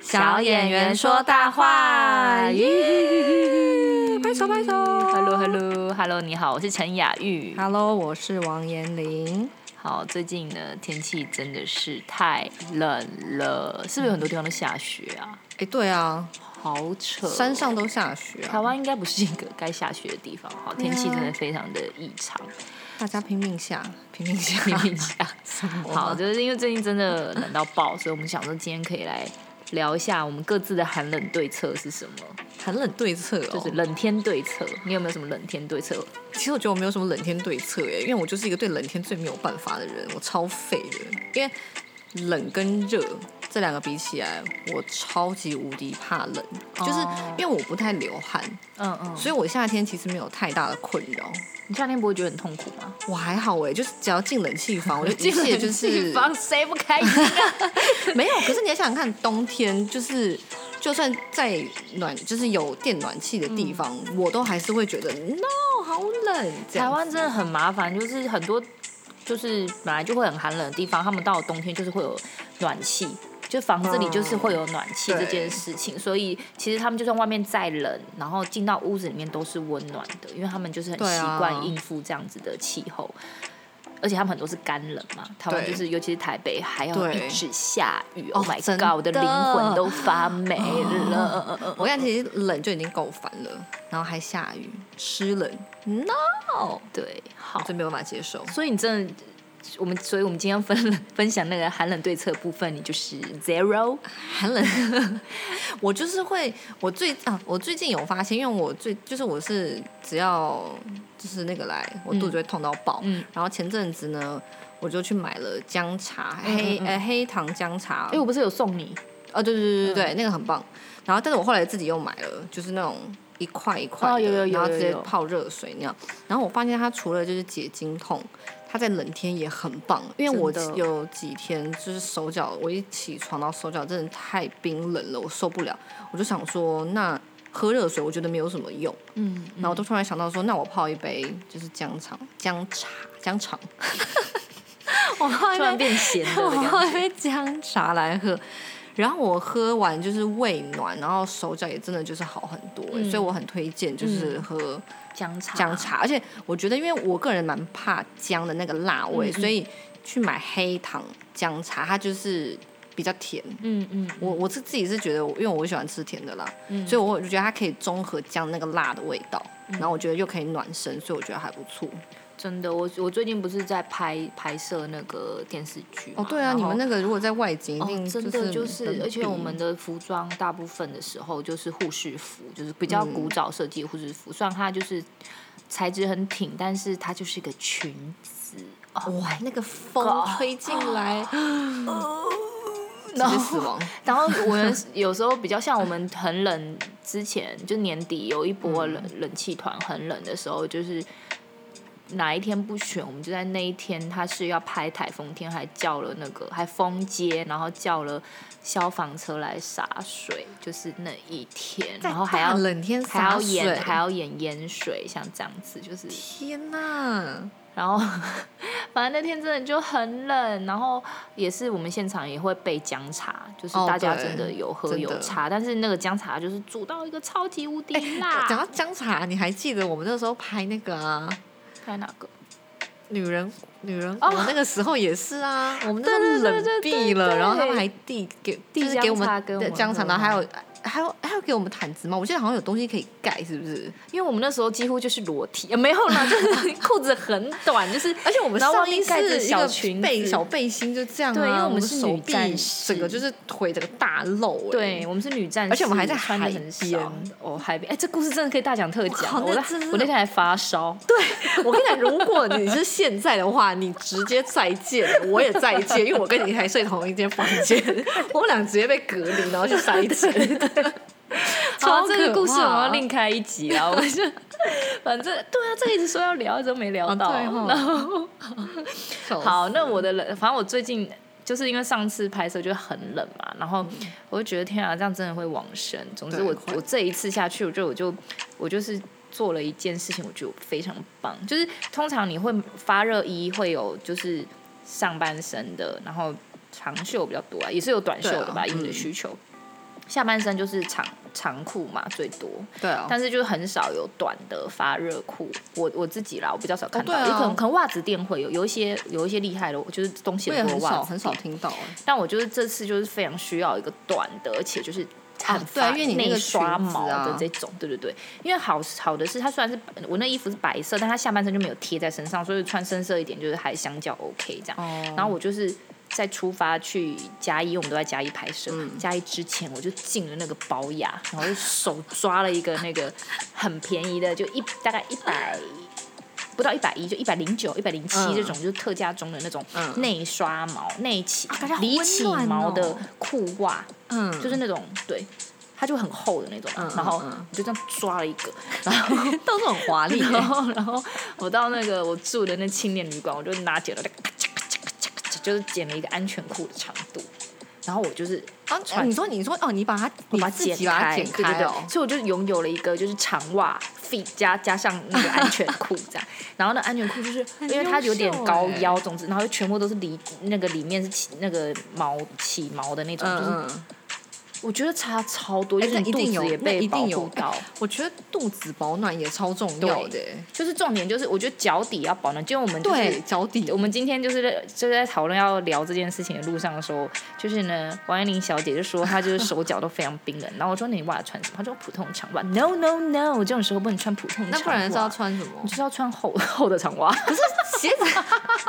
小演员说大话，耶！拍手拍手 Hello Hello Hello，你好，我是陈雅玉。 Hello，我是王彦霖。好，最近呢天气真的是太冷了，是不是有很多地方都下雪啊？哎、对啊，好扯哦！山上都下雪台啊，湾应该不是一个该下雪的地方，好，天气真的非常的异 常。大家拼命下，拼命 下，拼命下什么啊好，就是因为最近真的冷到爆，所以我们想说今天可以来聊一下我们各自的寒冷对策是什么，寒冷对策 哦。就是冷天对策。你有没有什么冷天对策？其实我觉得我没有什么冷天对策耶，因为我就是一个对冷天最没有办法的人，我超废的。因为冷跟热这两个比起来，我超级无敌怕冷，就是哦因为我不太流汗，嗯嗯，所以我夏天其实没有太大的困扰。你夏天不会觉得很痛苦吗？我还好哎，就是只要进冷气房，我就一进切就是冷气房谁不开心？没有，可是你要想想看，冬天就是就算在暖，就是有电暖气的嗯地方，我都还是会觉得 no 好冷。这样台湾真的很麻烦，就是很多就是本来就会很寒冷的地方，他们到了冬天就是会有暖气。就房子里就是会有暖气嗯这件事情，所以其实他们就算外面再冷，然后进到屋子里面都是温暖的，因为他们就是很对习啊惯应付这样子的气候，而且他们很多是干冷嘛，台湾对就是尤其是台北还要对一直下雨，Oh my 哦真 god，我的的灵魂都发霉了。我看其实冷就已经够烦了，然后还下雨，湿冷，no，对，好我，真没有办法接受。所以你真的，我们所以我们今天分分享那个寒冷对策部分，你就是 zero 寒冷， 我就是会，我最啊，我最近有发现，因为我最就是我是只要就是那个来，我肚子会痛到爆。嗯然后前阵子呢，我就去买了姜茶，嗯嗯黑嗯呃黑糖姜茶，因为我不是有送你，哦，对对对对嗯对，那个很棒。然后，但是我后来自己又买了，就是那种一块一块的，哦有有有然后直接有有泡热水那样。然后我发现它除了就是解经痛，它在冷天也很棒，因为我真的有几天就是手脚，我一起床到手脚真的太冰冷了，我受不了，我就想说那。喝热水，我觉得没有什么用。嗯，然后我就突然想到说，那我泡一杯就是姜茶，姜茶，姜 茶。我泡一杯突然变咸 了的哦我感泡觉。一杯姜茶来喝，然后我喝完就是胃暖，然后手脚也真的就是好很多、欸嗯所以我很推荐就是喝姜茶，姜，茶，而且我觉得因为我个人蛮怕姜的那个辣味，嗯嗯所以去买黑糖姜茶，它就是比较甜。嗯嗯，我我是自己是觉得我，因为我喜欢吃甜的啦，嗯所以我就觉得它可以中和姜那个辣的味道，然后我觉得又可以暖身，所以我觉得还不错。真的，我我最近不是在拍拍摄那个电视剧嘛哦，对啊，然后你们那个如果在外景一定哦，真的就就是，而且我们的服装大部分的时候就是护士服，就是比较嗯古早设计的护士服，虽然它就是材质很挺，但是它就是一个裙子。哦，哇，那个风 God 吹进来，直然接后死亡。然后我们有时候比较像我们很冷之前，就年底有一波嗯冷、冷气团很冷的时候，就是哪一天不选，我们就在那一天，他是要拍台风天，还叫了那个还封街，然后叫了消防车来洒水，就是那一天，然后还要在大冷天还洒要水，演还要演淹水，像这样子就是天哪！然后 反正那天真的就很冷，然后也是我们现场也会备姜茶，就是哦大家对真的有喝真的有茶，但是那个姜茶就是煮到一个超级无敌辣。哎讲到姜茶，你还记得我们那时候拍那个啊，拍哪个？女人女人哦国那个时候也是啊，我们那对时候对冷对对毙对了，对然后他们还递给递就是给我姜茶们给我对们姜茶，喝然后还有还有还有给我们毯子吗？我记得好像有东西可以盖，是不是？因为我们那时候几乎就是裸体，呃没有 啦，就是裤子很短，就是而且我们然后上外面衣盖着是一小个裙背子小背心，就这样啊。对因为我我们的是手女臂战士整个就是腿整个大露、欸。对，我们是女战士，而且我们还在穿的海很少边哦，海边。哎，这故事真的可以大讲特靠讲。那我在真是我那天还发烧， 我跟你讲，如果你是现在的话，你直接再见，我也再见，因为我跟你还睡同一间房间，我们俩直接被隔离，然后去筛检。好，啊超这个可故事我怕哦们要另开一集啊！我就 反正对啊，这个一直说要聊，一直都没聊到。啊对 哦然后笑死好，那我的冷，反正我最近就是因为上次拍摄就很冷嘛，然后我就觉得天啊，这样真的会往生。总之嗯对我会我这一次下去，我就我就我就是做了一件事情，我觉得我非常棒，就是通常你会发热衣会有就是上半身的，然后长袖比较多啊，也是有短袖的对吧，啊以你的嗯需求。下半身就是长长裤嘛，最多。对啊，但是就是很少有短的发热裤，我我自己啦，我比较少看到，对啊有可能可能袜子店会有，有一些有一些厉害的，就是东西我很也多很的袜少子很少听到哎、但我就是这次就是非常需要一个短的，而且就是啊很对啊因为你那内个刷裙子毛啊的这种，对对对。因为好好的是，它虽然是我那衣服是白色，但它下半身就没有贴在身上，所以穿深色一点就是还相较 OK 这样。哦然后我就是在出发去嘉义，因为我们都在嘉义拍摄。嗯嘉义之前我就进了那个保雅，然后就手抓了一个那个很便宜的，就一大概一百。不到一百一，就一百零九、一百零七嗯这种，就是特价中的那种嗯啊内刷毛、内起感觉好离温起暖毛哦的裤袜，嗯，就是那种对，它就很厚的那种嘛。嗯然后嗯嗯我就这样抓了一个，然后 都是很华丽、欸， 然 后，然后我到那个我住的那青年旅馆，我就拿剪刀，就是剪了一个安全裤的长度，然后我就是啊穿你说你说哦，你把它我你把它自己把它开，剪对对开哦对，，所以我就拥有了一个就是长袜 fit 加加上那个安全裤这样， 然后那安全裤就是因为它有点高 哦腰，总之然后全部都是里那个里面是起那个毛起毛的那种，就是嗯嗯，我觉得差超多，就哎是那你一肚定子有也那被一保定有护到。我觉得肚子保暖也超重要的欸、就是重点就是，我觉得脚底要保暖，就我们就是对，脚底我们今天就是在就是在讨论要聊这件事情的路上的时候，就是呢，王彦霖小姐就说她就是手脚都非常冰冷，然后我说那你袜子穿什么？她说普通长袜。No No No，这种时候不能穿普通的那长不袜，然是要穿什么你就？是要穿厚厚的长袜。 可是鞋子，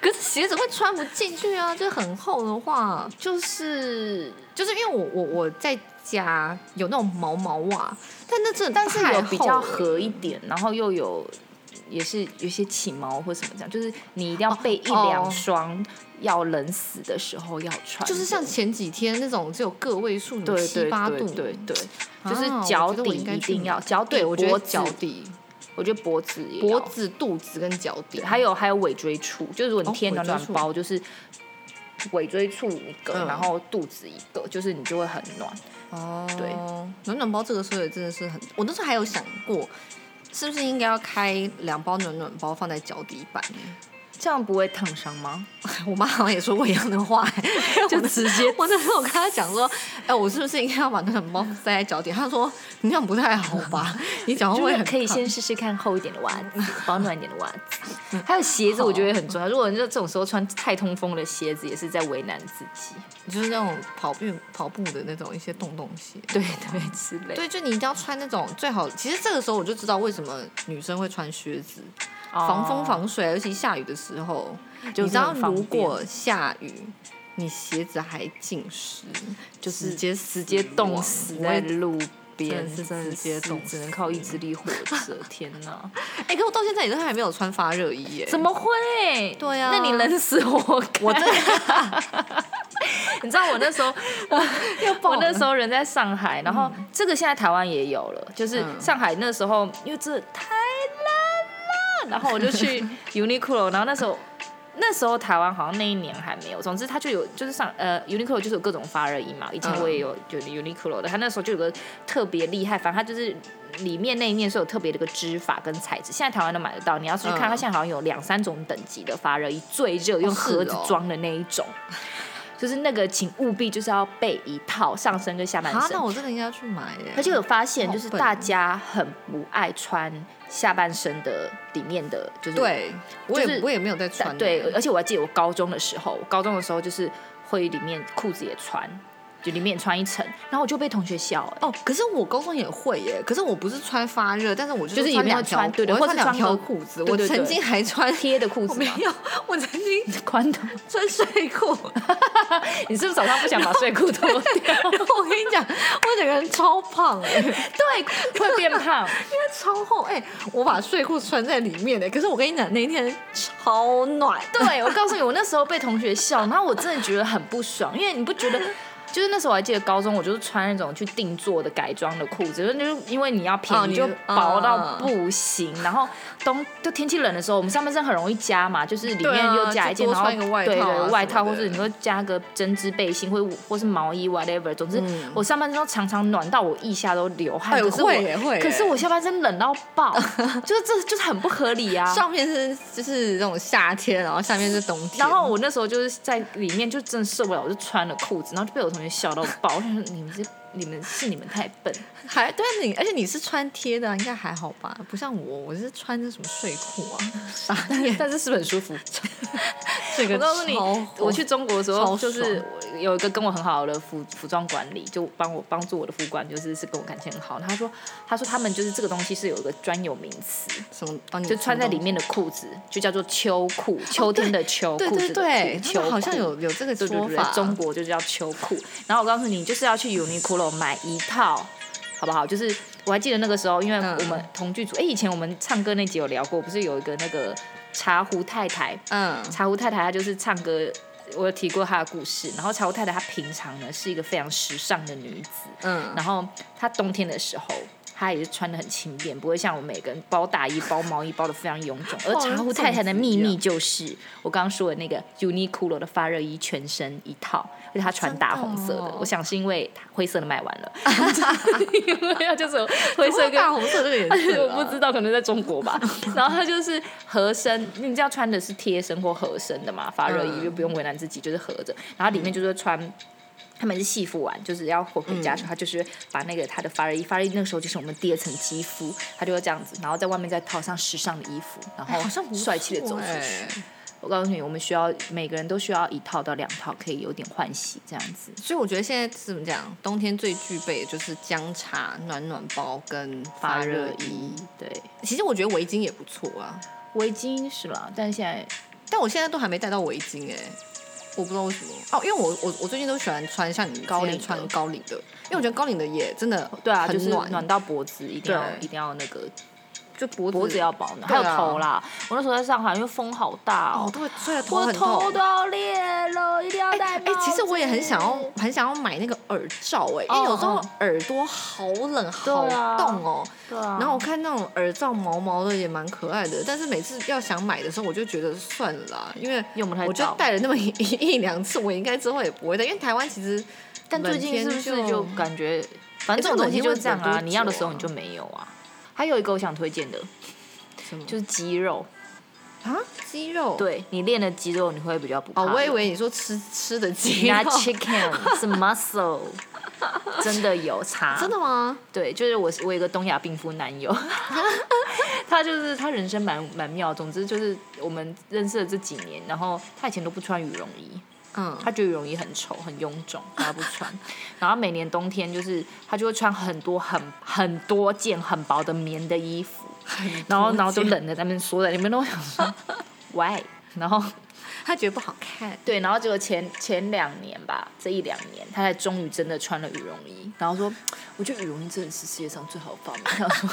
可是鞋子会穿不进去啊，就很厚的话，就是，就是因为我我我在家有那种毛毛袜，但那真的但是有太比厚了较合一点，然后又有也是有些起毛或什么这样，就是你一定要备一哦两双要冷死的时候要穿的，就是像前几天那种只有个位数，对对七八对度，对对，啊就是我觉脚得底我应该一去定买要，脚底对我觉脖得子脚底、我觉得脖子也脖要子、肚子跟脚底，还有还有尾椎处，就是如果你哦贴暖尾椎暖处包，就是尾椎处一个，嗯然后肚子一个，就是你就会很暖。哦，对，暖暖包这个时候也真的是很，我那时候还有想过，是不是应该要开两包暖暖包放在脚底板？这样不会烫伤吗？ 我妈好像也说过一样的 话、就直接我那时候我跟她讲说，哎、我是不是应该要把暖暖包塞在脚底？她说你这样不太好 吧，你脚就哦会是很可以烫先试试看厚一点的袜子，保暖一点的袜嗯子，还有鞋子，我觉得也很重要。如果你这种时候穿太通风的鞋子，也是在为难自己。就是那种跑步跑步的那种一些洞洞鞋。 对对，之类。对，就你一定要穿那种最好。其实这个时候我就知道为什么女生会穿靴子，防风哦防水，尤其下雨的时候。就你知是道，很方如便果下雨，你鞋子还浸湿，就就是直接直直接冻死在路边，真的是真的直接冻死只能靠意志力活着。 天哪，哎、可我到现在也都还没有穿发热衣耶。怎么会？对啊那你冷死我！我真的 你知道我那时候，要爆 我了那时候人在上海，然后这个现在台湾也有了，就是嗯上海那时候因为这太冷了，然后我就 去 Uniqlo，然后那时候。那时候台湾好像那一年还没有，总之它就有就是上呃 Uniqlo 就是有各种发热衣嘛，以前嗯我也有就是 Uniqlo 的，它那时候就有个特别厉害，反正它就是里面那一面是有特别的一个织法跟材质，现在台湾都买得到，你要是去看，嗯它现在好像有两三种等级的发热衣，最热用哦是盒子哦装的那一种，就是那个请务必就是要备一套上身跟下半啊，身那。我真的应该要去买耶。而且有发现，好就是笨大家很不爱穿下半身的里面的，就是对，我也、就是我也没有在穿。对，而且我还记得我高中的时候，我高中的时候就是会里面裤子也穿，就里面也穿一层，然后我就被同学笑、哎哦，可是我高中也会耶，可是我不是穿发热，但是我就是是里穿面两条穿对对我会或穿者两条穿个裤子。对对我曾经还 穿，贴的裤我子没嘛，有，我曾经宽的。穿睡裤。 你是不是早上不想把睡裤脱 掉？然后我跟你讲，我整个人超胖哎、对，会变胖。超厚哎、我把睡裤穿在里面的、可是我跟你讲，那一天超暖。对，我告诉你，我那时候被同学笑，然后我真的觉得很不爽，因为你不觉得？就是那时候我还记得高中，我就是穿那种去定做的改装的裤子，就是就是因为你要便宜、哦你就薄嗯到不行。然后冬就天气冷的时候，我们上半身很容易加嘛，就是里对面啊又加一件，就然多后穿一个外套啊对什么对的外套，或者你会加个针织背心，或或是毛衣 whatever。总之，嗯我上半身都常常暖到我腋下都流汗，哎可是会耶我会耶可是我下半身冷到爆，就是这就是很不合理啊。上面是就是那种夏天，然后下面是冬天。然后我那时候就是在里面就真的受不了，我就穿了裤子，然后就被我同学笑到爆。我想说你们这你们是你们太 笨，，还对啊你，而且你是穿贴的啊、应该还好吧？不像我，我是穿着什么睡裤啊，傻眼但是是不是 很舒服？这个我告诉你超，我去中国的时候，超就是我有一个跟我很好的服服装管理，就帮我帮助我的副官，就是是跟我感情很好。他说，他说他们就是这个东西是有一个专有名词，哦什么，帮你就穿在里面。面的裤子就叫做秋裤，秋天的秋，对裤对子的对，裤他秋们裤好像有有这个对对说对法，对，中国就叫秋裤。然后我告诉你，就是要去 Uniqlo 买一套，好不好？就是我还记得那个时候，因为嗯我们同剧组，哎、以前我们唱歌那集有聊过，不是有一个那个茶壶太太，嗯，茶壶太太她就是唱歌。我有提过她的故事，然后茶壶太太她平常呢是一个非常时尚的女子，嗯然后她冬天的时候，她也是穿的很轻便，不会像我们每个人包大衣、包毛衣包的非常臃肿。哦而茶壶太太的秘密就是我刚刚说的那个 Uniqlo 的发热衣，全身一套，而且她穿大红色真的。的哦我想是因为灰色的卖 完了，因为她就是灰色这跟大红色这个 颜色啊，我不知道，可能在中国 吧。然后他就是合身，你知道穿的是贴身或合身的嘛，发热衣嗯就不用为难自己，就是合着。然后里面就是穿，他们是戏服完，就是要回回家的时候，他就是把那个他的发热衣，发热衣那个时候就是我们第二层肌肤，他就会这样子，然后在外面再套上时尚的衣服，然后哎好像不帅气的走错出去。欸我告诉你，我们需要每个人都需要一套到两套，可以有点换洗这样子。所以我觉得现在怎么讲，冬天最具备的就是姜茶、暖暖包跟发热衣。，对，其实我觉得围巾也不错啊，围巾是啦，但现在但我现在都还没带到围巾哎、我不知道为什么哦，因为我我我最近都喜欢穿像你高之前领的穿高领的，因为我觉得高领的也真的对啊，很就是暖暖到脖子，一定要对一定要那个就脖子脖子要保暖，还对啊有头啦。我那时候在上海，因为风好大哦，哦，对，所以头我的很头痛欸都。要裂了，一定要哎戴哎、帽子。欸其实我也很想要，很想要买那个耳罩哎、因哦为有时候哦耳朵好冷好对啊冻哦、对啊，然后我看那种耳罩毛毛的也蛮可爱的，但是每次要想买的时候，我就觉得算了啦，因为用不太我就到。戴了那么一一两次，我应该之后也不会戴，因为台湾其实但最近是不冷是天就就感觉，反正哎这种东西就是这样这种冷天会冷多久啊，啊你要的时候你就没有啊。还有一个我想推荐的，什么就是肌肉，啊鸡肉对你练了肌肉，你会比较不怕哦冷。，我以为你说吃吃的鸡肉那 chicken 是 muscle，真的有差， 真的吗？对，就是我我有一个东亚病夫男 友，他就是他人生蛮蛮妙。总之就是我们认识了这几年，然后他以前都不穿羽绒衣，嗯，他觉得羽绒衣很丑很臃肿，他不穿。然后每年冬天就是他就会穿很多很很多件很薄的棉的衣服，然后然后就冷的在那边缩在里面，然后我想 说 why？然后他觉得不好看，对，然后结果前前两年吧，这一两年，他才终于真的穿了羽绒衣，然后说，我觉得羽绒衣真的是世界上最好的发明。他说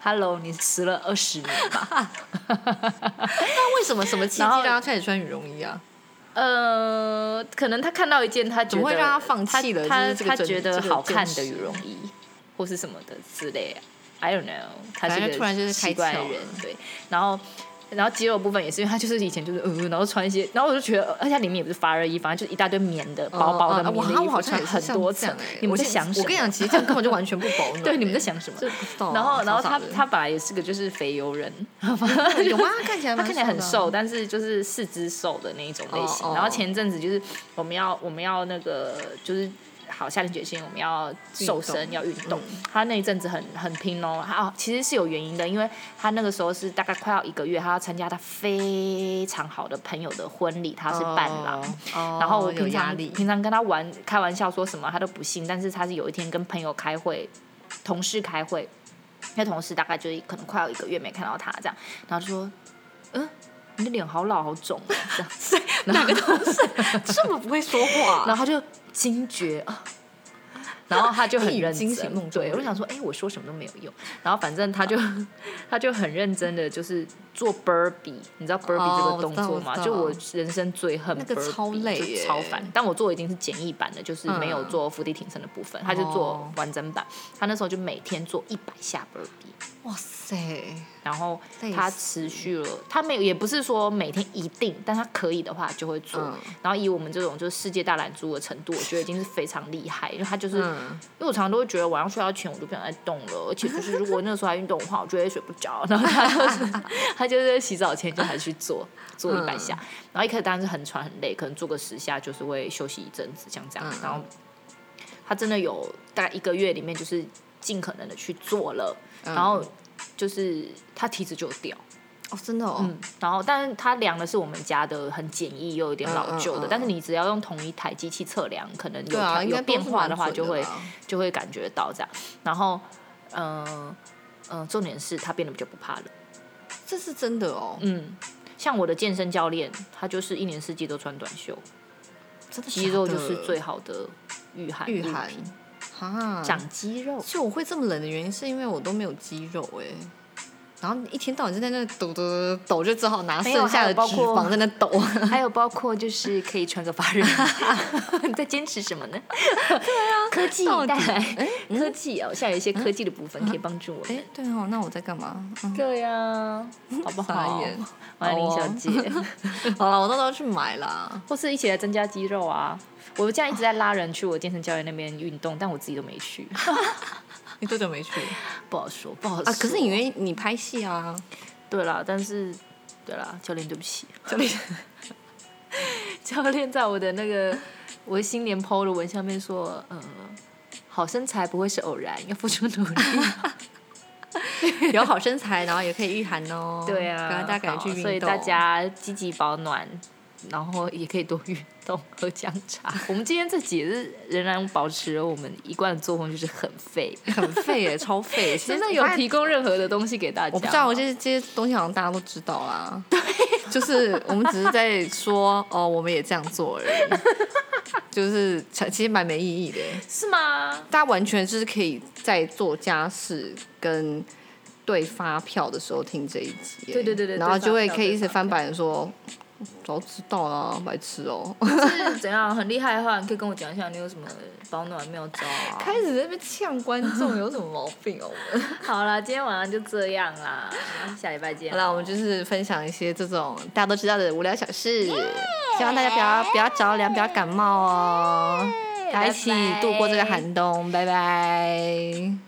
，Hello，你迟了二十年吧？那为什么什么契机然后让他 开始穿羽绒衣啊？ 呃，可能他看到一件他觉怎得么会让他放弃了他就是这个他真觉这得个好坚看的持羽绒衣，或是什么的之类啊，I don't know，他反是正个突然就是开奇怪的窍了人，对，然后。然后肌肉部分也是，因为他就是以前就是呃，然后穿一些，然后我就觉得，而且它里面也不是发热衣，反正就是一大堆棉的、 薄薄哦的哦棉的我衣好服，我好像穿也是很像多这层样欸。你们我在在想什么？我跟你讲，其实这样根本就完全不保暖。 对，你们在想什么这？不知道啊。然后，然后傻傻他的他本来也是个就是肥油人， 有吗？看起来他蛮看起来很的啊瘦，，但是就是四肢瘦的那一种类型。哦哦然后前阵子就是我们要我们要那个就是好下定决心，我们要瘦运身动嗯要运动。他那一阵子很很拼哦，他哦其实是有原因的，因为他那个时候是大概快要一个月，他要参加他非常好的朋友的婚礼，他是伴郎。啊哦，然后有我平压常 力，平常跟他玩开玩笑说什么他都不信，但是他是有一天跟朋友开会，同事开会，那同事大概就是可能快要一个月没看到他这样，然后就说，嗯，你的脸好老好肿哦，这样，哪个同事 这么不会说话？ 然后他就惊觉啊。然后他 就很认一语惊醒梦真，中对人我就想说，哎，我说什么都没有用。然后反正他就 他就很认真的，就是做 burpee，你知道 burpee 这哦个动作我吗？知道就我我人生最恨那个 burpee，超累就耶超烦。但我做的已经是简易版的，就是没有嗯做伏地挺身的部分，他就做哦完整版。他那时候就每天做一百下 burpee，哇塞，然后累他死持续了，他没有也不是说每天一定，但他可以的话就会做。嗯然后以我们这种就是世界大懒猪的程度，我觉得已经是非常厉害，因为他就是、嗯，因为我常常都会觉得晚上睡觉前我都不想再动了，而且就是如果那时候还运动的话，我就会睡不着。然后他就是他就是在洗澡前就还去做 做一百下，嗯然后一开始当然是很喘很累，可能做个十下就是会休息一阵子，像这样，嗯然后。他真的有大概一个月里面就是尽可能的去做了，嗯然后就是他体脂就有掉。哦，真的哦，嗯，然后但是它量的是我们家的很简易又有点老旧的，嗯嗯嗯但是你只要用同一台机器测量，可能有、对啊，应有该变化的话，就会啊、就会感觉到这样。然后，嗯、嗯、重点是他变得就不怕了。这是真的哦，嗯，像我的健身教练，他就是一年四季都穿短袖，真的肌肉就是最好的御寒御物寒品啊，长 肌肉。其实我会这么冷的原因，是因为我都没有肌肉哎、然后一天到晚就在那抖抖抖抖，就只好拿没有剩下还的有包脂括肪在那 抖。还有包括就是可以穿个发热衣， 你在坚持什么呢？科技到底带来科技哦，现在有一些科技的部分可以帮助我嗯哎们。，对哦，那我在干嘛？嗯，对呀，好不好傻眼？ 马林好哦小姐， 好了，我到时候去买啦。或是一起来增加肌肉啊！我这样一直在拉人去我健身教练那边运动，但我自己都没去， 你多久没去不好说，不好说。啊？可是因为你拍戏 啊，对啦，但是对啦，教练对不起，教练， 教练在我的那个我的新年 PO 的文下面说，嗯、好身材不会是偶然，要付出努力。有好身材，然后也可以御寒哦。 对啊，大家赶紧去好运动。所以大家积极保暖，然后也可以多运动，喝姜茶。 我们今天这几日仍然保持了我们一贯的作风，就是很废。 很废耶，超废。 其实 真的我有发现提供任何的东西给大家吗？我不知道，这些这些东西好像大家都知道啦。对， 就是我们只是在说哦，我们也这样做而已， 就是其实蛮没意义的。是吗？大家完全就是可以在做家事跟对发票的时候听这一集耶，对对对对然后就会对发票可以一对直发翻版说，早知道啦，白痴哦、 是怎样很厉害的话，你可以跟我讲一下，你有什么保暖妙招啊？开始在那边呛观众有什么毛病哦、我们好啦，今天晚上就这样啦，下礼拜见好。啦，我们就是分享一些这种大家都知道的无聊小事，希望大家不要不要着凉，不要感冒哦，大家一起度过这个寒冬，拜拜